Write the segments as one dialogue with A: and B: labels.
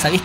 A: sabéis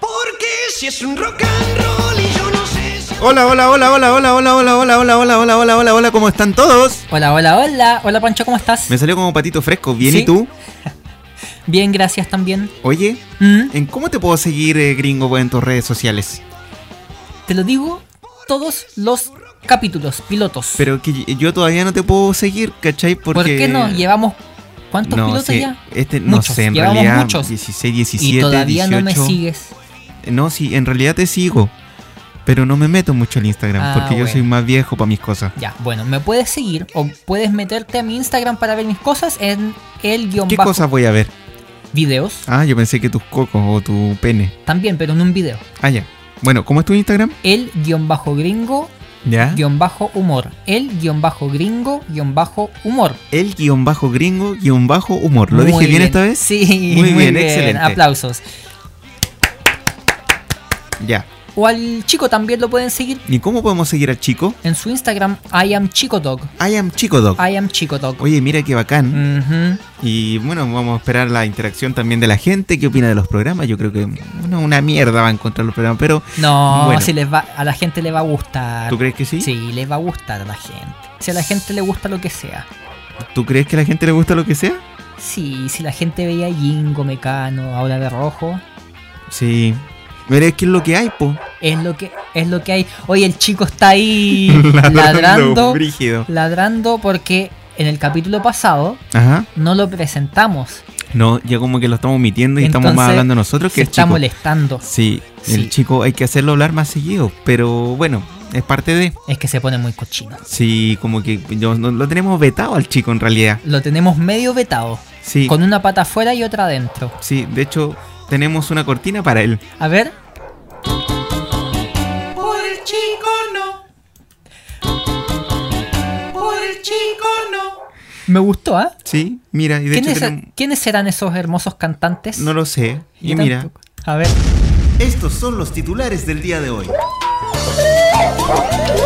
B: Porque si es un rock and roll y yo no sé si...
C: Hola, hola, hola, hola, hola, hola, hola, hola, hola, hola, hola, hola, hola, hola, ¿cómo están todos?
A: Hola, hola, hola. Hola, Pancho, ¿cómo estás?
C: Me salió como patito fresco, ¿bien
A: Sí.
C: y tú?
A: Bien, gracias también.
C: Oye,
A: ¿Mm?
C: ¿en cómo te puedo seguir, eh, gringo, pues, en tus redes sociales?
A: Te lo digo todos los capítulos, pilotos.
C: Pero que y- yo todavía no te puedo seguir, ¿cachai? Porque...
A: ¿Por qué no? Llevamos. ¿Cuántos
C: no
A: pilotos
C: sé,
A: ya?
C: Este, no
A: Muchos,
C: sé, en
A: llevamos
C: realidad
A: muchos.
C: 16, 17,
A: y todavía no me
C: 18.
A: sigues.
C: No, sí, en realidad te sigo. Pero no me meto mucho en Instagram
A: Ah,
C: porque yo
A: bueno.
C: soy más viejo para mis cosas.
A: Ya, bueno, me puedes seguir o puedes meterte a mi Instagram para ver mis cosas en el guión
C: ¿Qué
A: bajo
C: cosas voy a ver?
A: videos.
C: Ah, yo pensé que tus cocos o tu pene.
A: También, pero en un video.
C: Ah, ya. Bueno, ¿cómo es tu Instagram?
A: El guión bajo gringo
C: Ya.
A: guión bajo humor. El guión bajo gringo guión bajo humor.
C: El guión bajo gringo guión bajo humor. ¿Lo
A: Muy
C: dije bien, esta vez?
A: Sí,
C: Muy bien, excelente.
A: Aplausos.
C: Ya.
A: O al chico también lo pueden seguir
C: ¿Y cómo podemos seguir al chico?
A: en su Instagram, I am Chico Dog.
C: I am Chico Dog.
A: I Mm. am Chico Dog.
C: Oye, mira qué bacán.
A: Ujú.
C: Y bueno, vamos a esperar la interacción también de la gente. ¿Qué opina de los programas? Yo creo que bueno, una mierda va a encontrar los programas, pero
A: No,
C: Bueno.
A: si les va, a la gente le va a gustar.
C: ¿tú crees que sí?
A: Sí, les va a gustar a la gente. Si a la gente le gusta lo que sea.
C: ¿Tú crees que a la gente le gusta lo que sea?
A: Sí, si la gente veía a Jingo, Mecano, ahora de rojo,
C: Sí. Pero es que es lo que hay, po.
A: es lo que es lo que hay. Oye, el chico está ahí ladrando,
C: Brígido.
A: ladrando porque en el capítulo pasado
C: Ajá.
A: no lo presentamos.
C: No, ya como que lo estamos omitiendo y estamos más
A: Entonces,
C: hablando nosotros que
A: Se
C: el
A: está
C: chico.
A: molestando.
C: Sí, el
A: Sí.
C: chico hay que hacerlo hablar más seguido, pero bueno, es parte de.
A: Es que se pone muy cochino.
C: Sí, como que yo- no- lo tenemos vetado al chico en realidad.
A: Lo tenemos medio vetado,
C: Sí,
A: con una pata afuera y otra adentro.
C: sí, de hecho tenemos una cortina para él.
A: A ver,
B: Por el chico no. Por el chico no.
A: me gustó, ¿ah?
C: Sí, mira, y de hecho
A: ¿Quiénes,
C: tenemos-
A: quiénes serán esos hermosos cantantes?
C: no lo sé. Y
A: Yo
C: mira,
A: tampoco. A ver,
D: Estos son los titulares del día de hoy.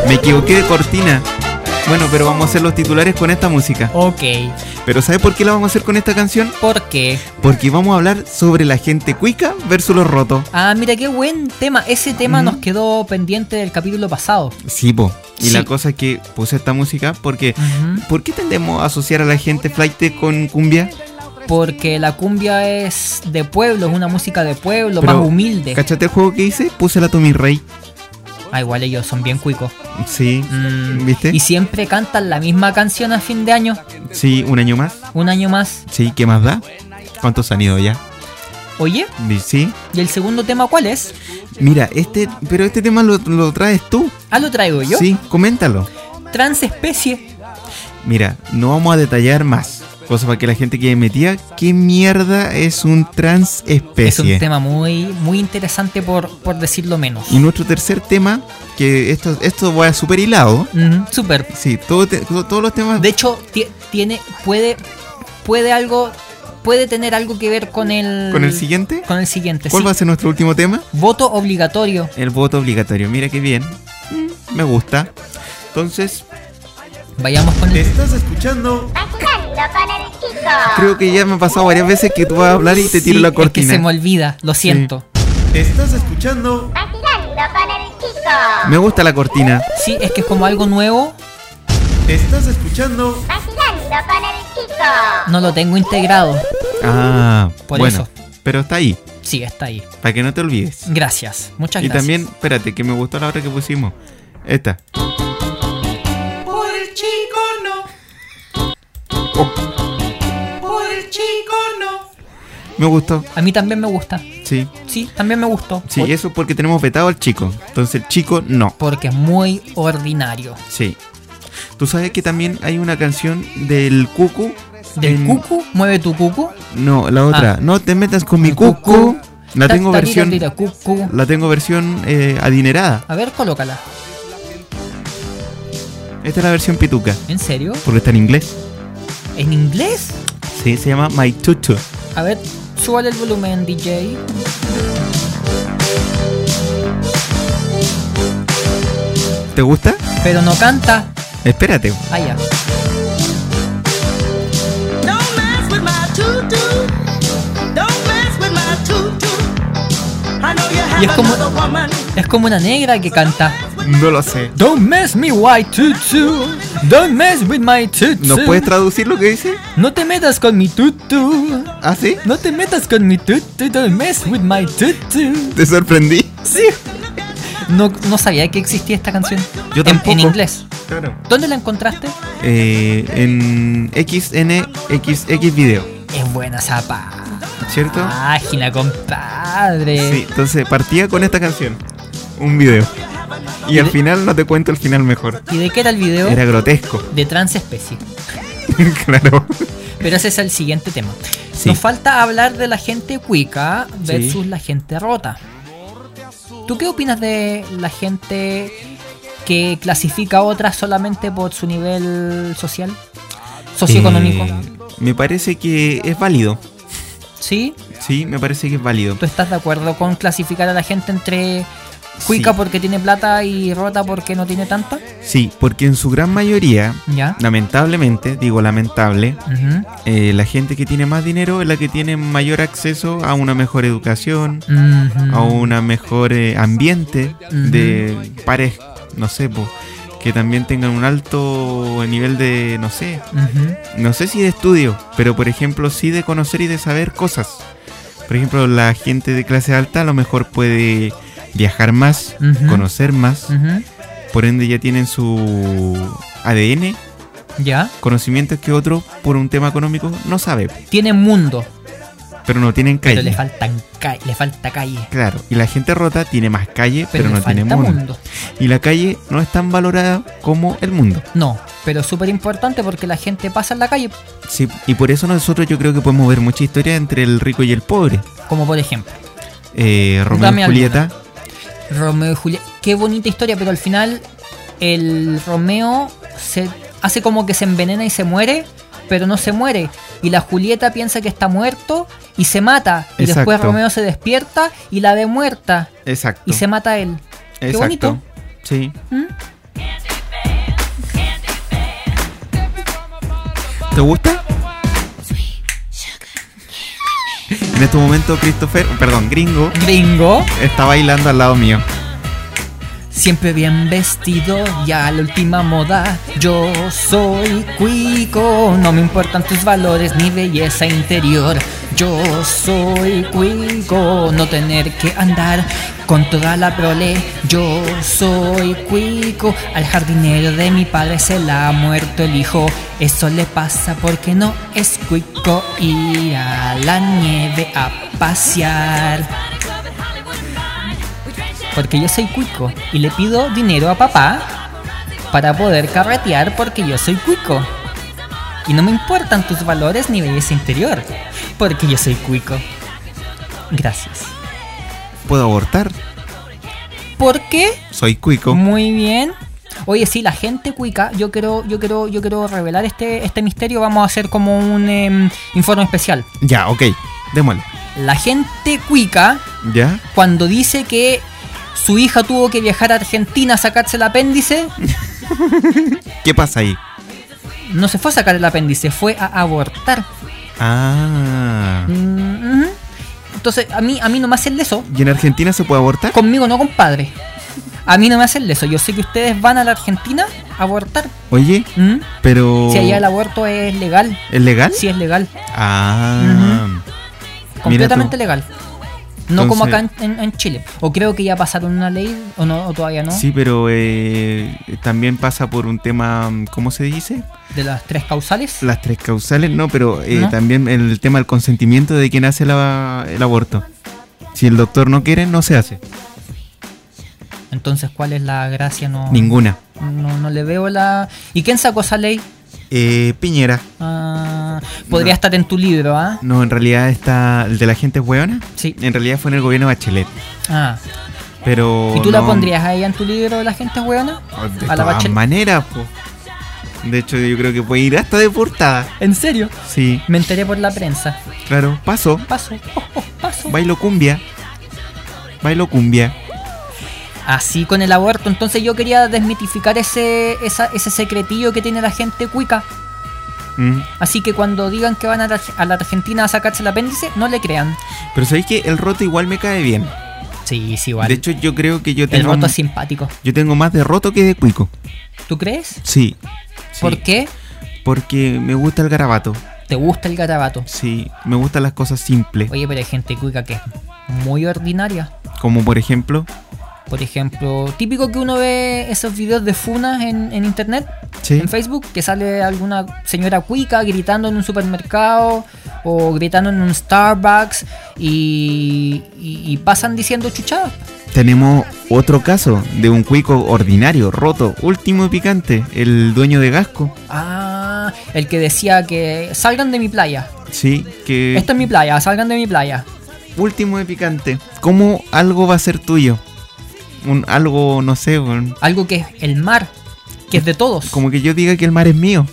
C: me equivoqué de cortina. Bueno, pero vamos a hacer los titulares con esta música.
A: ok.
C: Pero ¿sabes por qué la vamos a hacer con esta canción?
A: ¿Por qué?
C: Porque vamos a hablar sobre la gente cuica versus los rotos.
A: Ah, mira qué buen tema. Ese tema
C: Ujú.
A: nos quedó pendiente del capítulo pasado.
C: Sí, po. Y
A: Sí.
C: la cosa es que puse esta música porque. ¿Por qué tendemos a asociar a la gente flight con cumbia?
A: Porque la cumbia es de pueblo, es una música de pueblo,
C: Pero,
A: más humilde.
C: ¿Cachate el juego que hice? Puse la Tommy Rey.
A: Ah, igual ellos son bien cuicos.
C: Sí.
A: Mm.
C: ¿Viste?
A: Y siempre cantan la misma canción a fin de año,
C: Sí, un año más.
A: un año más.
C: Sí, ¿qué más da? ¿Cuántos han ido ya?
A: Oye,
C: Y Sí.
A: ¿y el segundo tema cuál es?
C: Mira, este. Pero este tema lo, lo traes tú.
A: Ah, lo traigo yo.
C: Sí, coméntalo.
A: Transespecie.
C: Mira, no vamos a detallar más. Cosa para que la gente quede metida. ¿Qué mierda es un transespecie?
A: Es un tema muy, muy interesante por, por decirlo menos.
C: Y nuestro tercer tema, que esto, esto va super hilado.
A: Ujú, Súper.
C: Sí, todo te- todos los temas
A: De hecho, ti- tiene, puede, puede algo, puede tener algo que ver con el,
C: ¿Con el siguiente?
A: con el siguiente.
C: ¿Cuál
A: sí.
C: va a ser nuestro último tema?
A: Voto obligatorio.
C: El voto obligatorio. Mira qué bien. Mm, Me gusta. Entonces,
A: Vayamos con el.
D: Estás escuchando
E: Vacilando con el chico.
C: creo que ya me ha pasado varias veces que tú vas a hablar y te tiro
A: Sí,
C: la
A: es que
C: cortina.
A: se me olvida, lo siento.
D: Estás escuchando
E: Vacilando con el chico.
C: me gusta la cortina.
A: Sí. es que es como algo nuevo.
D: Estás escuchando
E: Vacilando con el chico. chico.
A: No lo tengo integrado.
C: Ah,
A: Por
C: bueno.
A: eso.
C: Pero está ahí,
A: Sí, está ahí.
C: para que no te olvides.
A: Gracias. Muchas
C: Y
A: gracias.
C: también, espérate, que me gustó la otra que pusimos. Esta.
B: Por el chico no.
C: Oh,
B: Por el chico no.
C: Me gustó.
A: A mí también me gusta.
C: Sí.
A: Sí, también me gustó.
C: Sí,
A: Por-
C: eso porque tenemos vetado al chico. Entonces el chico no.
A: Porque es muy ordinario.
C: Sí. Tú sabes que también hay una canción del cucu.
A: ¿Del
C: en-
A: cucu? ¿Mueve tu cucu?
C: No, la otra.
A: Ah.
C: No te metas con mi
A: El cucu.
C: cucu. La tengo
A: Tac,
C: versión.
A: tarira, tira, cucu.
C: La tengo versión eh, adinerada.
A: A ver, colócala.
C: Esta es la versión pituca.
A: ¿En serio?
C: Porque está en inglés.
A: ¿En inglés?
C: Sí, se llama My Tutu.
A: A ver, súbale el volumen, DJ.
C: ¿Te gusta?
A: Pero no canta.
C: Espérate.
A: Ah, ya.
F: Don't mess with my tutu. Don't mess with my tutu. I know you
A: Y es
F: have
A: como-
F: another woman.
A: Es como una negra que canta.
C: No lo sé.
A: Don't mess me white tutu. Don't mess with my tutu.
C: ¿Nos puedes traducir lo que dice?
A: No te metas con mi tutu.
C: ¿Ah, sí?
A: No te metas con mi tutu. Don't mess with my tutu.
C: ¿Te sorprendí?
A: Sí. No, no sabía que existía esta canción.
C: Yo
A: En-
C: tampoco.
A: En, inglés.
C: Claro.
A: ¿Dónde la encontraste?
C: Eh, en XNXX video,
A: Es buena zapa.
C: ¿cierto?
A: Página, compadre.
C: Sí, entonces partía con esta canción. Un video. Y al final no te cuento el final mejor.
A: ¿Y de qué era el video?
C: Era grotesco.
A: De transespecie.
C: claro.
A: Pero ese es el siguiente tema.
C: Sí.
A: Nos falta hablar de la gente cuica versus
C: Sí.
A: la gente rota. ¿Tú qué opinas de la gente que clasifica a otras solamente por su nivel social? Socioeconómico.
C: Eh, me parece que es válido.
A: ¿Sí?
C: Sí, me parece que es válido.
A: ¿Tú estás de acuerdo con clasificar a la gente entre cuica
C: Sí.
A: porque tiene plata y rota porque no tiene tanta?
C: Sí, porque en su gran mayoría,
A: ¿Ya?
C: lamentablemente, digo lamentable,
A: Ujú.
C: eh, la gente que tiene más dinero es la que tiene mayor acceso a una mejor educación,
A: Ujú.
C: a un mejor eh, ambiente
A: Mm. Ujú.
C: de pares, no sé, po, que también tengan un alto nivel de, no sé,
A: Ujú.
C: no sé si de estudio, pero por ejemplo sí de conocer y de saber cosas. Por ejemplo, la gente de clase alta a lo mejor puede viajar más,
A: Ujú.
C: conocer más,
A: Ujú.
C: por ende ya tienen su ADN,
A: ¿Ya?
C: conocimientos que otro por un tema económico no sabe,
A: Tiene mundo,
C: pero no tienen
A: pero
C: calle.
A: le, faltan ca- le falta calle.
C: Claro, y la gente rota tiene más calle, pero,
A: Pero, le
C: no tiene
A: falta
C: mundo.
A: mundo.
C: Y la calle no es tan valorada como el mundo.
A: No, pero es súper importante porque la gente pasa en la calle,
C: Sí, y por eso nosotros yo creo que podemos ver mucha historia entre el rico y el pobre.
A: como por ejemplo,
C: Eh, Romeo
A: Dame
C: y
A: alguna.
C: Julieta,
A: Romeo y Julieta. Qué bonita historia, pero al final el Romeo se hace como que se envenena y se muere, pero no se muere. Y la Julieta piensa que está muerto y se mata. Y después
C: Exacto.
A: Romeo se despierta y la ve muerta
C: exacto.
A: y se mata él. Qué
C: Exacto.
A: bonito.
C: Sí.
A: ¿Mm?
C: ¿Te gusta? En este momento Christopher, perdón, Gringo,
A: Gringo,
C: está bailando al lado mío.
A: siempre bien vestido y a la última moda. Yo soy cuico, no me importan tus valores ni belleza interior. Yo soy cuico, no tener que andar con toda la prole. Yo soy cuico, al jardinero de mi padre se le ha muerto el hijo. Eso le pasa porque no es cuico ir a la nieve a pasear. Porque yo soy cuico y le pido dinero a papá para poder carretear porque yo soy cuico. Y no me importan tus valores ni belleza interior, porque yo soy cuico. Gracias.
C: Puedo abortar,
A: ¿Por qué?
C: soy cuico.
A: Muy bien. Oye, sí, la gente cuica, yo quiero, yo quiero, yo quiero revelar este, este misterio. Vamos a hacer como un em, informe especial.
C: Ya, ok, démosle.
A: La gente cuica
C: ¿Ya?
A: cuando dice que su hija tuvo que viajar a Argentina a sacarse el apéndice,
C: ¿Qué pasa ahí?
A: no se fue a sacar el apéndice, fue a abortar.
C: Ah.
A: Mm, ujú. Entonces, a mí, a mí no me hacen eso.
C: ¿Y en Argentina se puede abortar?
A: Conmigo no, compadre. A mí no me hacen eso. Yo sé que ustedes van a la Argentina abortar.
C: Oye,
A: ¿Mm?
C: pero.
A: Si allá el aborto es legal,
C: ¿Es legal?
A: sí es legal,
C: Ah. Mira tú.
A: completamente legal. No como acá en,
C: Entonces-
A: en- en Chile. O creo que ya pasaron una ley, o no, o todavía no,
C: Sí, pero eh, también pasa por un tema, ¿cómo se dice?
A: de las tres causales.
C: Las tres causales, no, pero eh,
A: ¿No?
C: también el tema del consentimiento de quien hace la- el aborto. Si el doctor no quiere, no se hace.
A: Entonces, ¿cuál es la gracia? No,
C: Ninguna.
A: no, no le veo la... ¿Y quién sacó esa ley?
C: Eh, Piñera.
A: Ah, podría
C: No.
A: estar en tu libro, ¿ah?
C: No, en realidad está el de la gente hueona.
A: Sí.
C: En realidad fue en el gobierno Bachelet.
A: Ah,
C: Pero
A: ¿Y tú la
C: Oh, no- Oh,
A: pondrías a ella en tu libro de la gente hueona?
C: De
A: a la
C: todas
A: Bachelet.
C: maneras, po. De hecho, yo creo que puede ir hasta de portada.
A: ¿En serio?
C: Sí,
A: Me enteré por la prensa.
C: claro. Paso.
A: Paso, oh, oh, paso.
C: Bailo cumbia. Bailo cumbia.
A: Así con el aborto. Entonces yo quería desmitificar ese, esa- ese secretillo que tiene la gente cuica.
C: Mm.
A: Así que cuando digan que van a la, a la Argentina a sacarse el apéndice, no le crean.
C: Pero sabéis que el roto igual me cae bien.
A: Sí, sí, igual.
C: De hecho, yo creo que yo
A: el
C: tengo,
A: roto es simpático.
C: yo tengo más de roto que de cuico.
A: ¿Tú crees?
C: Sí. Sí.
A: ¿Por qué?
C: Porque me gusta el garabato.
A: ¿Te gusta el garabato?
C: Sí, me gustan las cosas simples.
A: Oye, pero hay gente cuica que es muy ordinaria.
C: Como por ejemplo.
A: Por ejemplo, típico que uno ve esos videos de funas en, en internet,
C: Sí.
A: en Facebook, que sale alguna señora cuica gritando en un supermercado o gritando en un Starbucks y, y- y pasan diciendo chuchadas.
C: Tenemos otro caso de un cuico ordinario, roto, último y picante, el dueño de Gasco.
A: Ah, el que decía que salgan de mi playa.
C: Sí, que
A: Esta es mi playa, salgan de mi playa.
C: último y picante. ¿Cómo algo va a ser tuyo? Un algo, no sé, un-
A: Algo que es el mar, que es de todos.
C: como que yo diga que el mar es mío.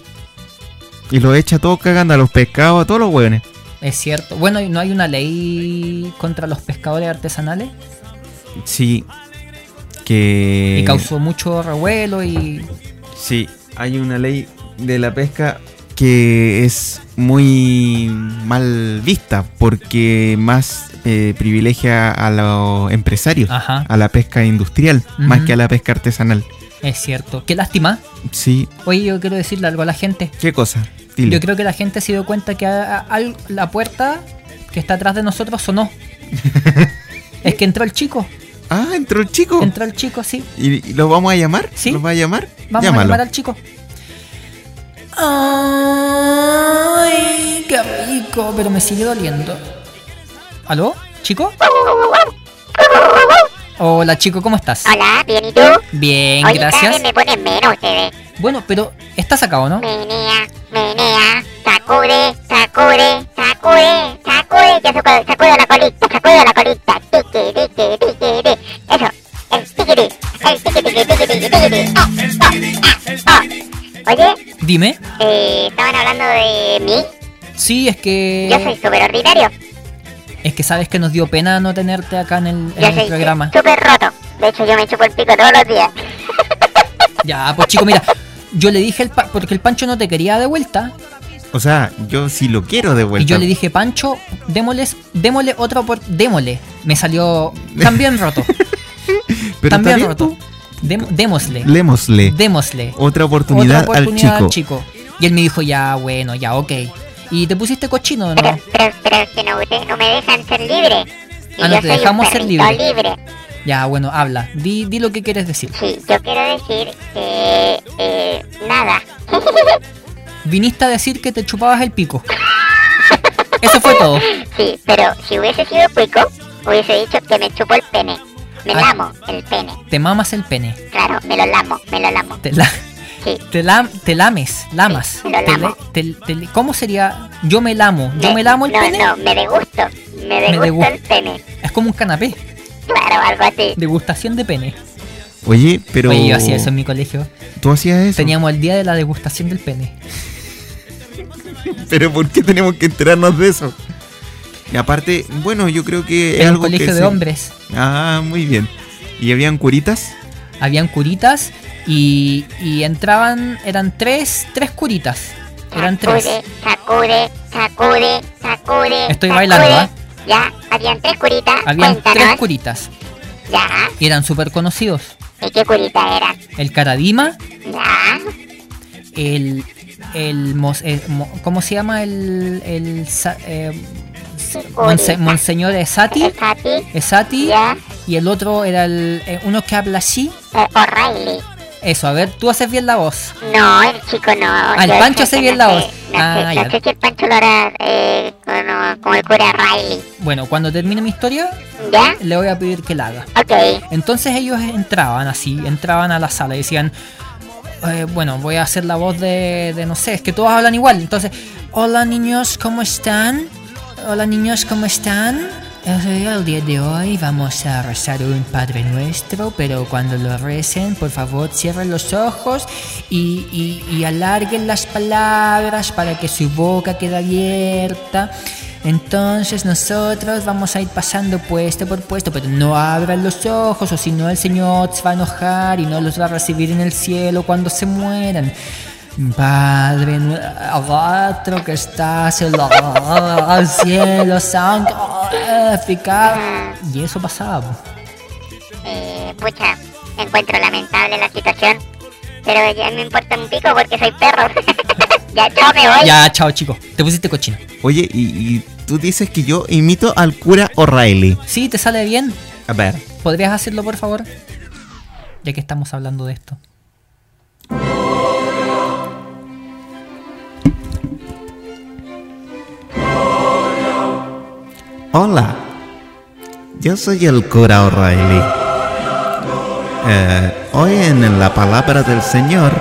C: Y lo echa todo cagando a los pescados, a todos los hueones.
A: Es cierto. Bueno, ¿y ¿no hay una ley contra los pescadores artesanales?
C: Sí. Que.
A: Y causó mucho revuelo y
C: Sí, hay una ley de la pesca que es muy mal vista porque más eh, privilegia a los empresarios,
A: Ajá.
C: a la pesca industrial,
A: Ujú.
C: más que a la pesca artesanal.
A: es cierto. Qué lástima.
C: Sí,
A: Oye, yo quiero decirle algo a la gente.
C: ¿qué cosa? Dile.
A: Yo creo que la gente se dio cuenta que a- a- al- la puerta que está atrás de nosotros sonó. es que entró el chico.
C: Ah, entró el chico.
A: Entró el chico, sí.
C: ¿Y, y lo vamos a llamar?
A: Sí.
C: ¿Lo va a llamar?
A: Vamos a
C: Llámalo.
A: llamar al chico. Ay, qué rico, pero me sigue doliendo. ¿Aló? ¿Chico? Hola, chico, ¿cómo estás?
E: Hola, bien, ¿y tú?
A: Bien,
E: Oye, cada vez
A: gracias.
E: me ponen menos ustedes.
A: Bueno, pero estás acá, ¿o no?
E: Menea, menea, sacude, sacude, sacude, sacude. Yo sacudo, sacudo la colita, sacudo la colita. Tiki, tiki, tiki, tiki. Eso, el tiquiri, el tiquiri, tiquiri, tiquiri, tiquiri. Oh, oh, ah, oh. Oye,
A: Dime.
E: eh, estaban hablando de mí.
A: Sí, es
E: Yo soy
A: que.
E: súper ordinario.
A: Es que sabes que nos dio pena no tenerte acá en el, en
E: Yo
A: el
E: soy
A: programa.
E: súper roto. De hecho, yo me chupo el pico todos los días.
A: Ya, pues chico, mira, yo le dije el pa- porque el Pancho no te quería de vuelta,
C: O sea, yo sí lo quiero de vuelta.
A: y yo le dije, Pancho, démosles, démosle otra por démosle. Me salió también roto,
C: Pero
A: también
C: está bien,
A: roto. Demo- démosle,
C: po. Lémosle
A: démosle.
C: otra oportunidad,
A: otra oportunidad
C: al chico.
A: Y él me dijo, ya, bueno, ya, ok. Y te pusiste cochino, ¿no?
E: Pero, pero, pero es que no, ustedes no me dejan ser libre. Y
A: Ah, no
E: yo
A: te
E: soy
A: dejamos
E: un
A: ser
E: perrito
A: libre.
E: libre.
A: Ya, bueno, habla, di, di lo que quieres decir.
E: Sí, yo quiero decir que eh, nada.
A: Viniste a decir que te chupabas el pico. Eso fue todo.
E: Sí, pero si hubiese sido cuico, hubiese dicho que me chupo el pene. Me
A: Ah.
E: lamo el pene.
A: Te mamas el pene.
E: Claro, me lo lamo, me lo lamo.
A: Te la...
E: Sí,
A: Te, lam- te lames, lamas.
E: Sí, lo
A: Te
E: lamo.
A: le- te- te le- ¿Cómo sería? Yo me lamo. Yo me lamo el
E: no,
A: pene.
E: No, me degusto. Me degusto
A: degusto.
E: el pene.
A: Es como un canapé.
E: Claro, algo así.
A: Degustación de pene.
C: Oye, pero.
A: Oye, yo hacía eso en mi colegio.
C: ¿Tú hacías eso?
A: Teníamos el día de la degustación del pene.
C: Pero ¿por qué tenemos que enterarnos de eso? Y aparte, bueno, yo creo que es
A: Era un
C: algo
A: colegio
C: que
A: de
C: se-
A: hombres.
C: Ah, muy bien. ¿Y habían curitas?
A: Habían curitas y, y entraban, eran tres, tres curitas.
E: Ah,
A: Eran tres.
E: Sacude, sacude, sacude, sacude.
A: Estoy
E: sacude.
A: bailando, ¿ah?
E: Ya, habían tres curitas.
A: Habían
E: cuéntanos.
A: tres curitas.
E: Ya,
A: Y eran súper conocidos.
E: ¿y qué curita era?
A: El Caradima,
E: Ya,
A: el, el mos- eh, mo- ¿cómo se llama el, el sa- eh, monse- monseñor Esati?
E: Tati,
A: Esati
E: ya,
A: y el otro era el eh, uno que habla así.
E: eh, O'Reilly.
A: Eso, a ver, tú haces bien la voz.
E: No, el chico no.
A: Ah, el
E: Yo
A: Pancho
E: sé
A: hace
E: que
A: bien
E: no
A: la
E: sé-
A: voz.
E: No
A: Ah,
E: sé,
A: ya.
E: no sé si el Pancho lo hará eh, como, como el cura Riley.
A: Bueno, cuando termine mi historia,
E: ¿Ya?
A: le voy a pedir que la haga.
E: Ok.
A: Entonces ellos entraban así, entraban a la sala y decían, eh, bueno, voy a hacer la voz de, de, no sé, es que todos hablan igual. Entonces, hola niños, ¿cómo están? Hola niños, ¿cómo están? Eh, El día de hoy vamos a rezar un Padre Nuestro, pero cuando lo recen, por favor cierren los ojos y, y- y alarguen las palabras para que su boca quede abierta. Entonces nosotros vamos a ir pasando puesto por puesto, pero no abran los ojos o si no el Señor se va a enojar y no los va a recibir en el cielo cuando se mueran. Padre nuestro que estás en los cielos, santo, eficaz. Y eso pasaba.
E: Eh, pucha, encuentro lamentable la situación. Pero ya me importa un pico porque soy perro. ya, chao, me voy.
A: Ya, chao chicos, te pusiste cochino.
C: Oye, y, y tú dices que yo imito al cura O'Reilly.
A: Sí, te sale bien.
C: A ver.
A: ¿Podrías hacerlo por favor? Ya que estamos hablando de esto.
C: Hola, yo soy el cura O'Reilly. Eh, hoy en la palabra del Señor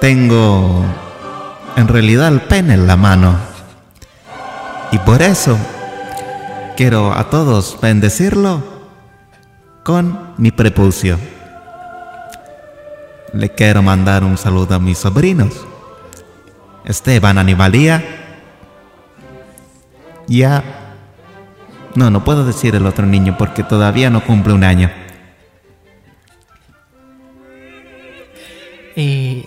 C: tengo en realidad el pene en la mano. Y por eso quiero a todos bendecirlo con mi prepucio. Le quiero mandar un saludo a mis sobrinos. Esteban Anibalía. Ya. No, no puedo decir el otro niño porque todavía no cumple un año.
A: Eh,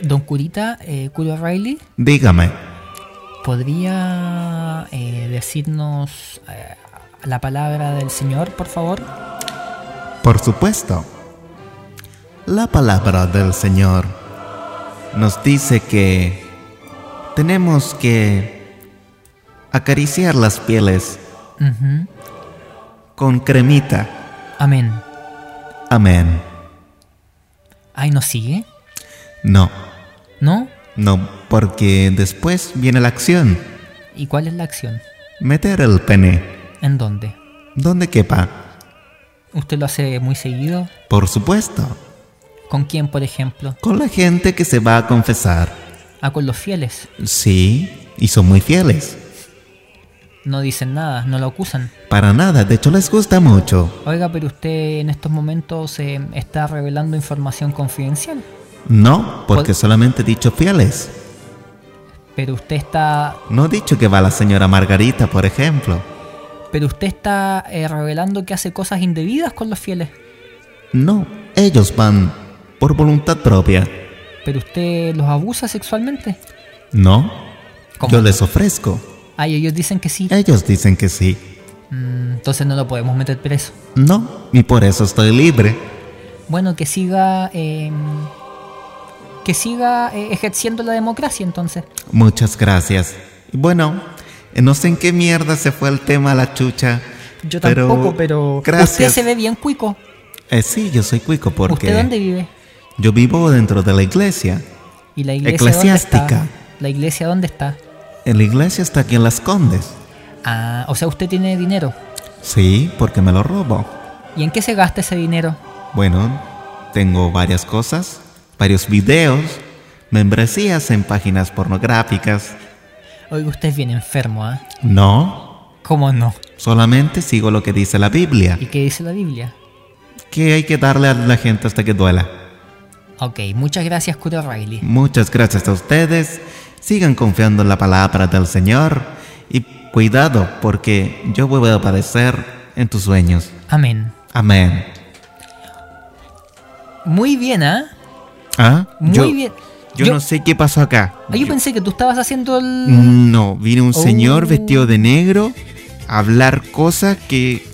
A: don Curita, eh, Curio Riley,
C: Dígame.
A: ¿podría eh, decirnos eh, la palabra del Señor, por favor?
C: Por supuesto. La palabra del Señor nos dice que tenemos que acariciar las pieles
A: Ujú.
C: con cremita.
A: Amén.
C: Amén.
A: Ay, ¿nos sigue?
C: No,
A: ¿No?
C: no, porque después viene la acción.
A: ¿Y cuál es la acción?
C: Meter el pene.
A: ¿En dónde?
C: Donde quepa.
A: ¿Usted lo hace muy seguido?
C: Por supuesto.
A: ¿Con quién, por ejemplo?
C: Con la gente que se va a confesar.
A: Ah, con los fieles.
C: Sí, y son muy fieles.
A: No dicen nada, no lo acusan.
C: Para nada, de hecho les gusta mucho.
A: Oiga, pero usted en estos momentos eh, está revelando información confidencial.
C: No, porque
A: Pod-
C: solamente he dicho fieles.
A: Pero usted está
C: No he dicho que va la señora Margarita, por ejemplo.
A: Pero usted está eh, revelando que hace cosas indebidas con los fieles.
C: No, ellos van por voluntad propia.
A: Pero usted los abusa sexualmente.
C: No,
A: ¿Cómo?
C: yo les ofrezco.
A: Ay, ellos dicen que sí.
C: Ellos dicen que sí.
A: Mm, entonces no lo podemos meter preso.
C: No, y por eso estoy libre.
A: Bueno, que siga. eh, que siga eh, ejerciendo la democracia entonces.
C: Muchas gracias. Bueno, no sé en qué mierda se fue el tema a la chucha.
A: Yo tampoco, pero. Usted
C: Gracias.
A: se ve bien cuico.
C: Eh, sí, yo soy cuico porque...
A: ¿Usted dónde vive?
C: Yo vivo dentro de la iglesia.
A: ¿Y la iglesia dónde
C: Eclesiástica.
A: está? ¿La iglesia dónde está?
C: La iglesia está aquí en Las Condes.
A: Ah, o sea, usted tiene dinero.
C: Sí, porque me lo robo.
A: ¿Y en qué se gasta ese dinero?
C: Bueno, tengo varias cosas, varios videos, membresías en páginas pornográficas.
A: Oiga, usted es bien enfermo, ¿ah?
C: No,
A: ¿Cómo no?
C: solamente sigo lo que dice la Biblia,
A: ¿Y qué dice la Biblia?
C: que hay que darle a la gente hasta que duela.
A: Ok, muchas gracias, Cura
C: Mm.
A: Riley.
C: Muchas gracias a ustedes, sigan confiando en la palabra del Señor y cuidado porque yo voy a aparecer en tus sueños.
A: Amén.
C: Amén.
A: Muy bien, ¿ah?
C: ¿Ah?
A: Muy
C: yo,
A: bien.
C: Yo,
A: Yo-
C: no sé qué pasó acá.
A: Ah, yo pensé que tú estabas haciendo
C: Mm.
A: el.
C: No, vino un
A: Oh.
C: señor vestido de negro a hablar cosas que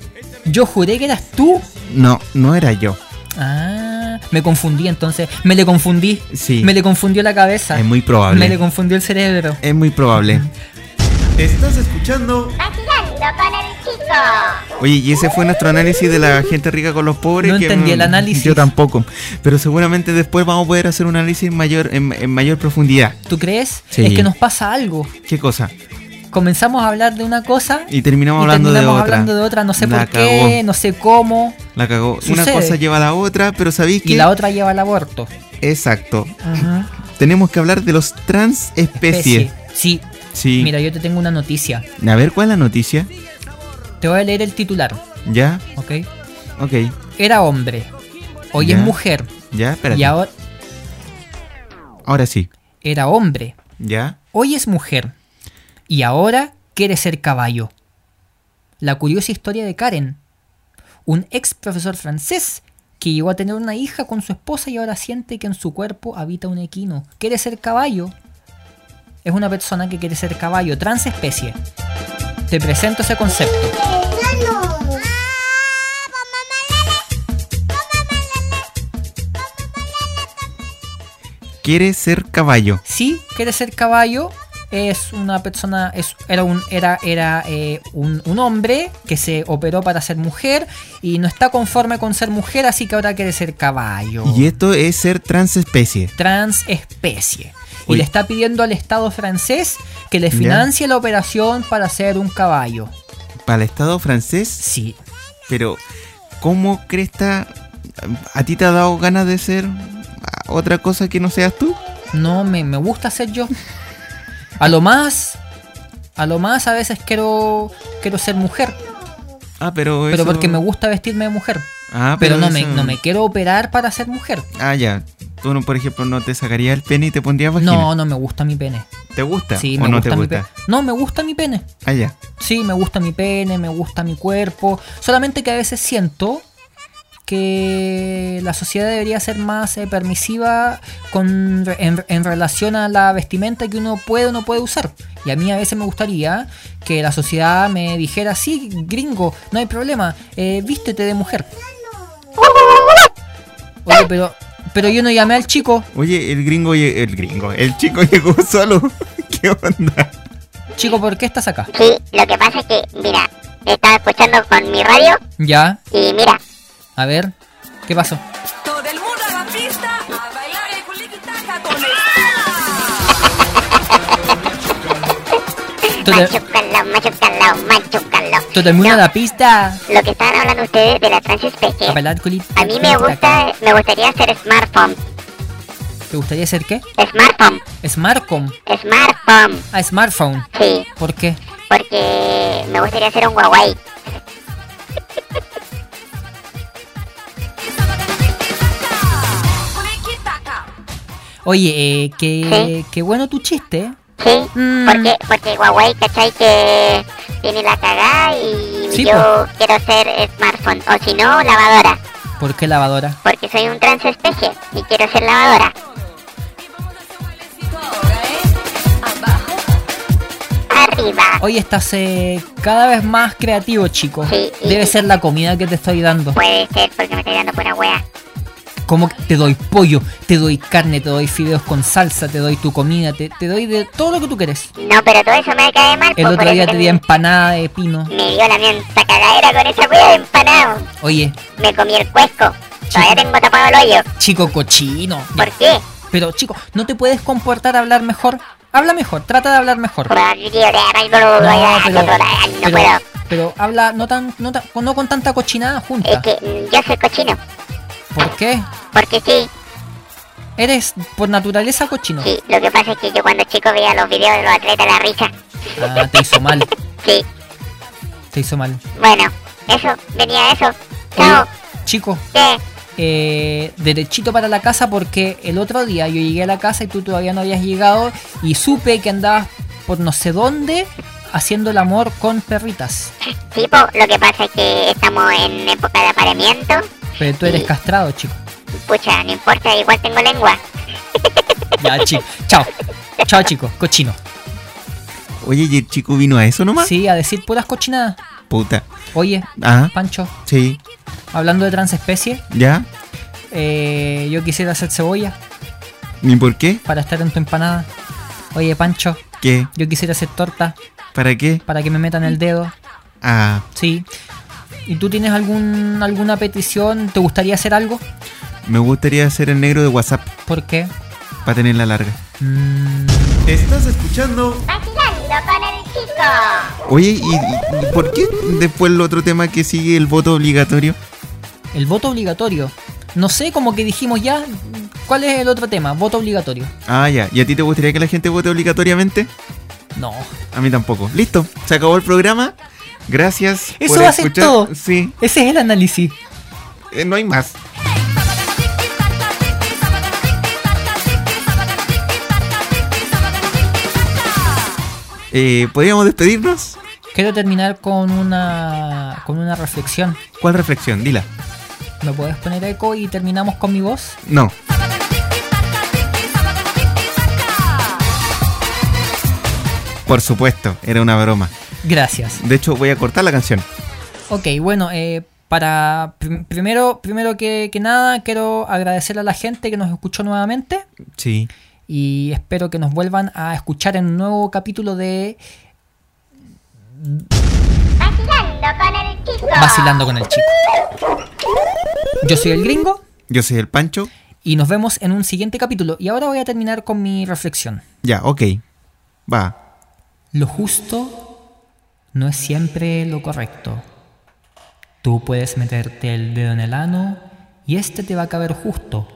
A: Yo juré que eras tú.
C: no, no era yo.
A: Ah, Me confundí entonces. Me le confundí.
C: Sí.
A: Me le confundió la cabeza.
C: Es muy probable.
A: Me le confundió el cerebro.
C: Es muy probable.
D: Estás escuchando
E: Vacilando con el chico.
C: Oye, y ese fue nuestro análisis de la gente rica con los pobres.
A: No
C: que,
A: entendí
C: mm,
A: el análisis.
C: Yo tampoco. Pero seguramente después vamos a poder hacer un análisis mayor, en, en mayor profundidad.
A: ¿Tú crees?
C: Sí.
A: Es que nos pasa algo.
C: ¿Qué cosa?
A: Comenzamos a hablar de una cosa
C: Y terminamos hablando de
A: terminamos
C: otra.
A: hablando de otra. No sé
C: La
A: por qué,
C: cagó.
A: no sé cómo.
C: La cagó. Una
A: Sucede.
C: cosa lleva a la otra, pero sabéis que.
A: Y la otra lleva al aborto.
C: Exacto.
A: Ajá.
C: Tenemos que hablar de los trans especies.
A: Sí.
C: Sí.
A: Mira, yo te tengo una noticia.
C: A ver, ¿cuál es la noticia?
A: Te voy a leer el titular,
C: Ya,
A: ¿ok?
C: ok.
A: Era hombre. Hoy
C: Ya.
A: es mujer.
C: Ya, espérate.
A: Y ahora
C: Ahora sí.
A: era hombre.
C: Ya.
A: Hoy es mujer y ahora quiere ser caballo. La curiosa historia de Karen, un ex profesor francés que llegó a tener una hija con su esposa y ahora siente que en su cuerpo habita un equino. Quiere ser caballo. Es una persona que quiere ser caballo, transespecie. Te presento ese concepto.
C: Quiere ser caballo.
A: Sí, quiere ser caballo. Es una persona, es, era, un, era, era eh, un, un hombre que se operó para ser mujer y no está conforme con ser mujer, así que ahora quiere ser caballo.
C: Y esto es ser transespecie.
A: Transespecie. Y
C: Oye.
A: le está pidiendo al Estado francés que le
C: Ya.
A: financie la operación para ser un caballo.
C: Para el Estado francés,
A: Sí.
C: pero ¿cómo cresta? ¿A ti te ha dado ganas de ser otra cosa que no seas tú?
A: No, me, me gusta ser yo. A lo más, a lo más a veces quiero, quiero ser mujer,
C: Ah, pero
A: pero
C: eso-
A: porque me gusta vestirme de mujer.
C: Ah,
A: Pero no me,
C: eso-
A: no me quiero operar para ser mujer.
C: Ah, ya. Tú, no, por ejemplo, no te sacarías el pene y te pondrías vagina.
A: No, no me gusta mi pene.
C: ¿Te gusta
A: Sí,
C: o
A: me
C: no
A: gusta,
C: te
A: mi
C: gusta?
A: pene. No, me gusta mi pene.
C: Ah, ya.
A: Sí, me gusta mi pene, me gusta mi cuerpo. Solamente que a veces siento que la sociedad debería ser más eh, permisiva con, re- en, en relación a la vestimenta que uno puede o no puede usar. Y a mí a veces me gustaría que la sociedad me dijera, sí, gringo, no hay problema, eh, vístete de mujer. Oye, pero, pero yo no llamé al chico.
C: Oye, el gringo, lle- el gringo, el chico llegó solo. ¿Qué onda?
A: Chico, ¿por qué estás acá?
E: Sí, lo que pasa es que, mira, estaba escuchando con mi radio
A: Ya,
E: y mira,
A: a ver, ¿qué pasó?
F: Todo el mundo a la pista a bailar el culiquitaca con el
A: Tú te-
E: machucalo, machucalo, machucalo.
A: tú terminas
E: No,
A: la pista.
E: Lo que estaban hablando ustedes de la transespecie.
A: A bailar culi-
E: A mí me gusta, me gustaría ser smartphone.
A: ¿Te gustaría ser qué?
E: Smartphone,
A: Smartcom.
E: smartphone.
A: Ah, smartphone.
E: Sí,
A: ¿Por qué?
E: porque me gustaría ser un Huawei.
A: Oye, eh, qué,
E: Sí.
A: qué bueno tu chiste. ¿eh?
E: Sí,
A: Mm.
E: porque, porque Huawei, ¿cachai? Que tiene la cagada y
A: Sí,
E: yo quiero ser smartphone. O si no, lavadora.
A: ¿Por qué lavadora?
E: Porque soy un transespecie y quiero ser lavadora. Arriba.
A: Hoy estás eh, cada vez más creativo, chico.
E: Sí, y-
A: Debe ser la comida que te estoy dando.
E: Puede ser porque me estoy dando pura wea.
A: Como que te doy pollo, te doy carne, te doy fideos con salsa, te doy tu comida, te, te doy de todo lo que tú quieres.
E: No, pero todo eso me cae mal.
A: El
E: po,
A: otro
E: por
A: día
E: eso
A: te
E: que
A: di
E: me-
A: empanada de pino.
E: Me dio la mienta cagadera con esa wea de empanado.
A: Oye,
E: Me comí el cuesco. Todavía tengo tapado el hoyo.
A: chico cochino. Ya.
E: ¿Por qué?
A: Pero chico, ¿no te puedes comportar a hablar mejor? Habla mejor, trata de hablar mejor. No, pero,
E: No
A: pero,
E: puedo.
A: pero habla no tan, no tan- no con tanta cochinada
E: Es
A: junta.
E: que mm, yo soy cochino.
A: ¿Por qué?
E: Porque sí,
A: Eres por naturaleza cochino.
E: sí. Lo que pasa es que yo cuando chico veía los videos de los atletas de la risa.
A: Ah, te hizo mal,
E: Sí.
A: te hizo mal.
E: Bueno, eso. Venía eso.
A: Oye,
E: Chao.
A: chico,
E: ¿Qué?
A: eh, derechito para la casa porque el otro día yo llegué a la casa y tú todavía no habías llegado y supe que andabas por no sé dónde haciendo el amor con perritas.
E: Sí, po, lo que pasa es que estamos en época de apareamiento.
A: Pero tú eres
E: Sí.
A: castrado, chico.
E: Pucha, no importa, igual tengo lengua.
A: Ya, chico. Chao. Chao, chico. Cochino.
C: Oye, ¿y el chico vino a eso nomás?
A: Sí, a decir puras cochinadas.
C: Puta.
A: Oye,
C: Ah,
A: Pancho,
C: sí.
A: hablando de transespecie,
C: ¿Ya?
A: eh, yo quisiera hacer cebolla
C: ¿Ni por qué?
A: para estar en tu empanada. Oye, Pancho,
C: ¿Qué?
A: yo quisiera hacer torta
C: ¿Para qué?
A: para que me metan el dedo.
C: Ah,
A: Sí. ¿Y tú tienes algún, alguna petición? ¿Te gustaría hacer algo?
C: me gustaría ser el negro de WhatsApp
A: ¿Por qué?
C: para tenerla larga.
A: Mm,
D: Estás escuchando
E: Vacilando con el chico.
C: Oye, ¿y, y por qué después el otro tema que sigue el voto obligatorio?
A: el voto obligatorio. No sé, como que dijimos ya. ¿Cuál es el otro tema? Voto obligatorio.
C: Ah, ya. ¿Y a ti te gustaría que la gente vote obligatoriamente?
A: No.
C: A mí tampoco. Listo, se acabó el programa. Gracias.
A: Eso va a ser todo.
C: Sí,
A: Ese es el análisis.
C: eh, no hay más. Eh, ¿Podríamos despedirnos?
A: Quiero terminar con una, con una reflexión.
C: ¿Cuál reflexión? Dila.
A: ¿Me puedes poner eco y terminamos con mi voz?
C: No. Por supuesto, era una broma.
A: Gracias.
C: De hecho, voy a cortar la canción.
A: Ok, bueno, eh, para prim- primero, primero que, que nada, quiero agradecer a la gente que nos escuchó nuevamente
C: Sí.
A: y espero que nos vuelvan a escuchar en un nuevo capítulo de
E: Vacilando con el chico.
A: Vacilando con el Chico. Yo soy el gringo
C: Yo soy el Pancho.
A: y nos vemos en un siguiente capítulo. Y ahora voy a terminar con mi reflexión.
C: Ya, ok. Va.
A: Lo justo no es siempre lo correcto. Tú puedes meterte el dedo en el ano y este te va a caber justo,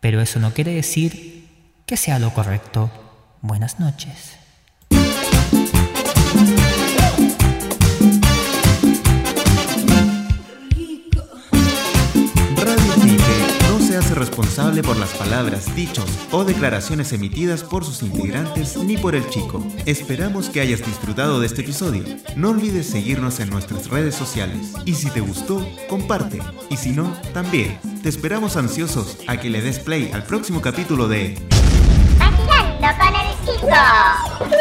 A: pero eso no quiere decir que sea lo correcto. Buenas noches.
D: Radio Quique no se hace responsable por las palabras, dichos o declaraciones emitidas por sus integrantes ni por el chico. Esperamos que hayas disfrutado de este episodio. No olvides seguirnos en nuestras redes sociales. Y si te gustó, comparte. Y si no, también. Te esperamos ansiosos a que le des play al próximo capítulo de
E: Vacilando con el chico.